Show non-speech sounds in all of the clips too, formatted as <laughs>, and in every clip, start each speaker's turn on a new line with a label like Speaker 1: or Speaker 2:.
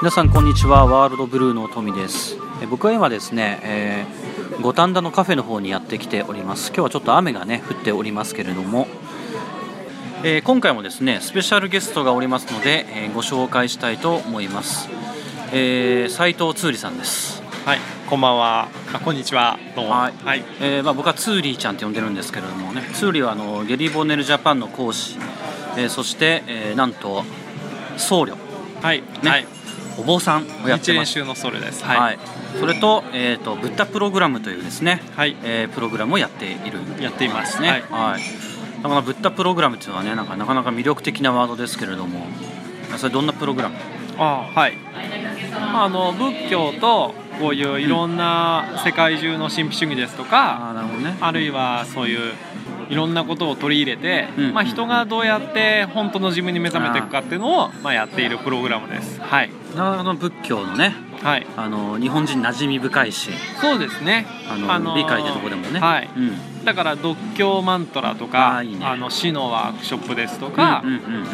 Speaker 1: 皆さんこんにちはワールドブルーのトミですえ僕は今ですね、えー五反田のカフェの方にやってきております今日はちょっと雨がね降っておりますけれども、えー今回もですねスペシャルゲストがおりますので、えーご紹介したいと思います、えー、斉藤通理さんです
Speaker 2: はい、こんばんは。あ、こんにちは。どうも。
Speaker 1: はい
Speaker 2: はい。
Speaker 1: えーまあ、僕はツーリーちゃんって呼んでるんですけれどもねツーリーはあのゲリー・ボネルジャパンの講師、えーそして、えーなんと僧侶
Speaker 2: はい。
Speaker 1: ね
Speaker 2: はい。
Speaker 1: お坊さんをやっ
Speaker 2: 一
Speaker 1: てま
Speaker 2: 練
Speaker 1: す
Speaker 2: 習のソルです。
Speaker 1: は
Speaker 2: はいい。、
Speaker 1: それと,、えー、とブッダプログラムというですね、
Speaker 2: はい。
Speaker 1: えープログラムをやっている
Speaker 2: やっています
Speaker 1: ね、
Speaker 2: はい
Speaker 1: はいだからブッダプログラムというのはねなんかなかなか魅力的なワードですけれどもそれどんなプログラム
Speaker 2: あ、はい。あの仏教とこういういろんな世界中の神秘主義ですとか、
Speaker 1: あなるほどね
Speaker 2: あるいはそういう。いろんなことを取り入れて、
Speaker 1: うん
Speaker 2: まあ、人がどうやって本当の自分に目覚めていくかっていうのを、まあ、やっているプログラムです。はい、
Speaker 1: なかなかの仏教のね
Speaker 2: はい、
Speaker 1: あの日本人馴染み深いし
Speaker 2: そうですね。
Speaker 1: あの、
Speaker 2: あのー
Speaker 1: 理解ってとこでもね、
Speaker 2: はい
Speaker 1: うん、
Speaker 2: だから読経マントラとか
Speaker 1: あーいいね
Speaker 2: あの死のワークショップですとか、
Speaker 1: うんうんうんうん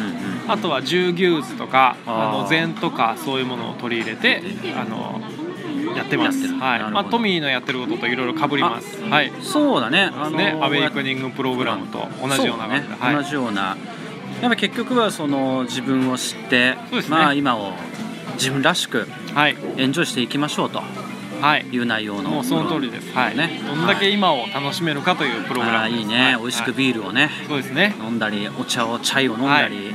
Speaker 2: あとは十牛図とか
Speaker 1: あ
Speaker 2: あ
Speaker 1: ー
Speaker 2: の禅とかそういうものを取り入れてあのやってます
Speaker 1: やってる
Speaker 2: は
Speaker 1: な
Speaker 2: い
Speaker 1: るほど
Speaker 2: まあ、トミーのやってることといろいろかぶりますはい
Speaker 1: うんそうだねあの
Speaker 2: ねアウェイクニングプログラムと同じような
Speaker 1: そね
Speaker 2: 感じで、は
Speaker 1: 同
Speaker 2: い、
Speaker 1: じようなやっぱ結局はその自分を知って、
Speaker 2: そうですね
Speaker 1: まあ今を自分らしく
Speaker 2: はい
Speaker 1: エンジョイしていきましょうと
Speaker 2: はい、
Speaker 1: いう内容の
Speaker 2: もうその通りです、はい
Speaker 1: ね
Speaker 2: どんだけ今を楽しめるかというプログ
Speaker 1: あ
Speaker 2: ラ
Speaker 1: あ
Speaker 2: ムです
Speaker 1: いい
Speaker 2: は
Speaker 1: ね美味しく
Speaker 2: はい
Speaker 1: ビールをね
Speaker 2: そうですね
Speaker 1: 飲んだりお茶をチャイを飲んだり、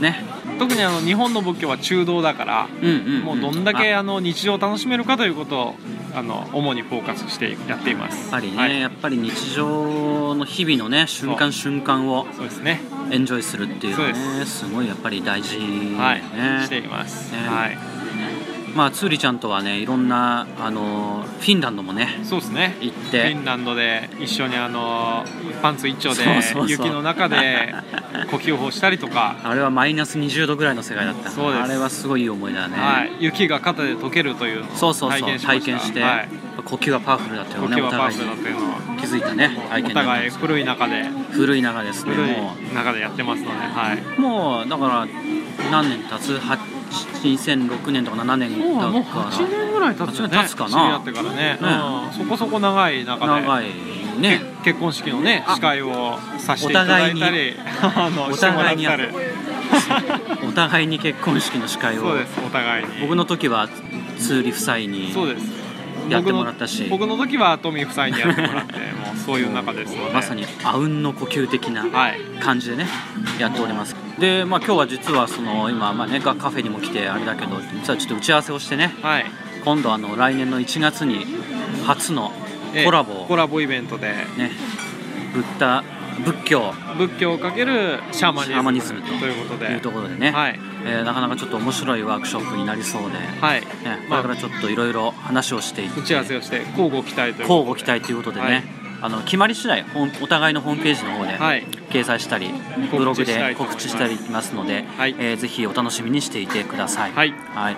Speaker 1: ね
Speaker 2: 特にあの日本の仏教は中道だから
Speaker 1: うんうんん
Speaker 2: もうどんだけ
Speaker 1: あ
Speaker 2: あの日常を楽しめるかということをあの主にフォーカスしてやっています
Speaker 1: やっぱりね、
Speaker 2: はい
Speaker 1: やっぱり日常の日々のね瞬間瞬間を
Speaker 2: そうですね
Speaker 1: エンジョイするっていうのは
Speaker 2: そう
Speaker 1: ねすごいやっぱり大事だよね、
Speaker 2: はい、しています、
Speaker 1: ね
Speaker 2: はい
Speaker 1: まあつーりちゃんとはねいろんなあのフィンランドもね
Speaker 2: そうですね
Speaker 1: 行っ
Speaker 2: フ
Speaker 1: て
Speaker 2: ィンランドで一緒にあのパンツ一丁で
Speaker 1: そうそうそう
Speaker 2: 雪の
Speaker 1: <laughs>
Speaker 2: 中で呼吸法したりとか、
Speaker 1: あれはマイナス20度ぐらいの世界だった
Speaker 2: そうです
Speaker 1: あれはすごいいい思い出だね、
Speaker 2: はい、雪が肩で溶けるというのを
Speaker 1: そうそうそう
Speaker 2: 体験しました
Speaker 1: 体験して、
Speaker 2: は
Speaker 1: や
Speaker 2: い、
Speaker 1: っぱ呼吸はパワフルだった
Speaker 2: 呼
Speaker 1: よね
Speaker 2: 吸
Speaker 1: お
Speaker 2: はパワ
Speaker 1: 互い
Speaker 2: フルだと
Speaker 1: に
Speaker 2: いうのを
Speaker 1: 気づいたね体験だ
Speaker 2: お
Speaker 1: ったん
Speaker 2: 互い
Speaker 1: です
Speaker 2: 古い中で
Speaker 1: 古い中ですね
Speaker 2: 古い
Speaker 1: も
Speaker 2: 中でやってますので、はい、
Speaker 1: うもうだから何年経つは2006年とか7年だから
Speaker 2: 年ぐらい経
Speaker 1: つよね八年経つかな
Speaker 2: ってからね、
Speaker 1: ね
Speaker 2: うんそこそこ長い中で
Speaker 1: 長いね
Speaker 2: 結婚式のね
Speaker 1: あ
Speaker 2: 司会をさせていただいたり <laughs> あの
Speaker 1: お
Speaker 2: してもら
Speaker 1: 互
Speaker 2: っ
Speaker 1: いに
Speaker 2: たり <laughs>
Speaker 1: お互いに結婚式の司会を
Speaker 2: そうですお互いに
Speaker 1: 僕の時はツーリ夫妻に
Speaker 2: そうです
Speaker 1: やってもらったし
Speaker 2: 僕の僕の時はトミー夫妻にやってもらってもうそういう中ですので
Speaker 1: まさにあうんの呼吸的な
Speaker 2: はい
Speaker 1: 感じでねやっておりますで、まあ、今日は実はその今、まあね、がカフェにも来てあれだけど実はちょっと打ち合わせをしてね
Speaker 2: はい
Speaker 1: 今度あの来年の1月に初の
Speaker 2: えー
Speaker 1: コラボを
Speaker 2: コラボイベントで
Speaker 1: ねブッダ仏教
Speaker 2: 仏教をかけるシャーマニズム
Speaker 1: シャーマニズムと
Speaker 2: ということ
Speaker 1: と
Speaker 2: で
Speaker 1: いうところでね、
Speaker 2: はい
Speaker 1: えーなかなかちょっと面白いワークショップになりそうで、
Speaker 2: はい
Speaker 1: ね、こ
Speaker 2: ま
Speaker 1: れ
Speaker 2: あ
Speaker 1: からちょっといろいろ話をしていって
Speaker 2: 打ち合わせをして交互期待とい
Speaker 1: 交
Speaker 2: う
Speaker 1: 互
Speaker 2: こと
Speaker 1: 期
Speaker 2: で
Speaker 1: 待ということでね、
Speaker 2: はい
Speaker 1: あの決まり次第ほんお互いのホームページの方で
Speaker 2: はい
Speaker 1: 掲載したり、
Speaker 2: 告知
Speaker 1: ブログ
Speaker 2: した
Speaker 1: で
Speaker 2: いと思
Speaker 1: 告
Speaker 2: います
Speaker 1: 知したりしますので、
Speaker 2: はい
Speaker 1: えーぜひお楽しみにしていてください。
Speaker 2: はい
Speaker 1: はい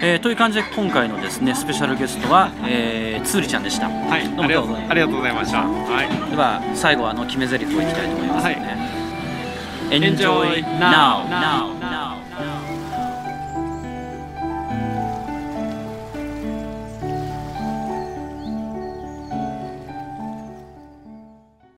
Speaker 1: えーという感じで今回のですねスペシャルゲストは、えー、つーりちゃんでした。
Speaker 2: はい
Speaker 1: どうも
Speaker 2: ありが
Speaker 1: どう
Speaker 2: とう
Speaker 1: ぞ
Speaker 2: ありがとうございましたはい
Speaker 1: では最後はあの決め台詞をいきたいと思いますね。
Speaker 2: はい
Speaker 1: Enjoy
Speaker 2: Enjoy
Speaker 1: now
Speaker 2: now.
Speaker 1: now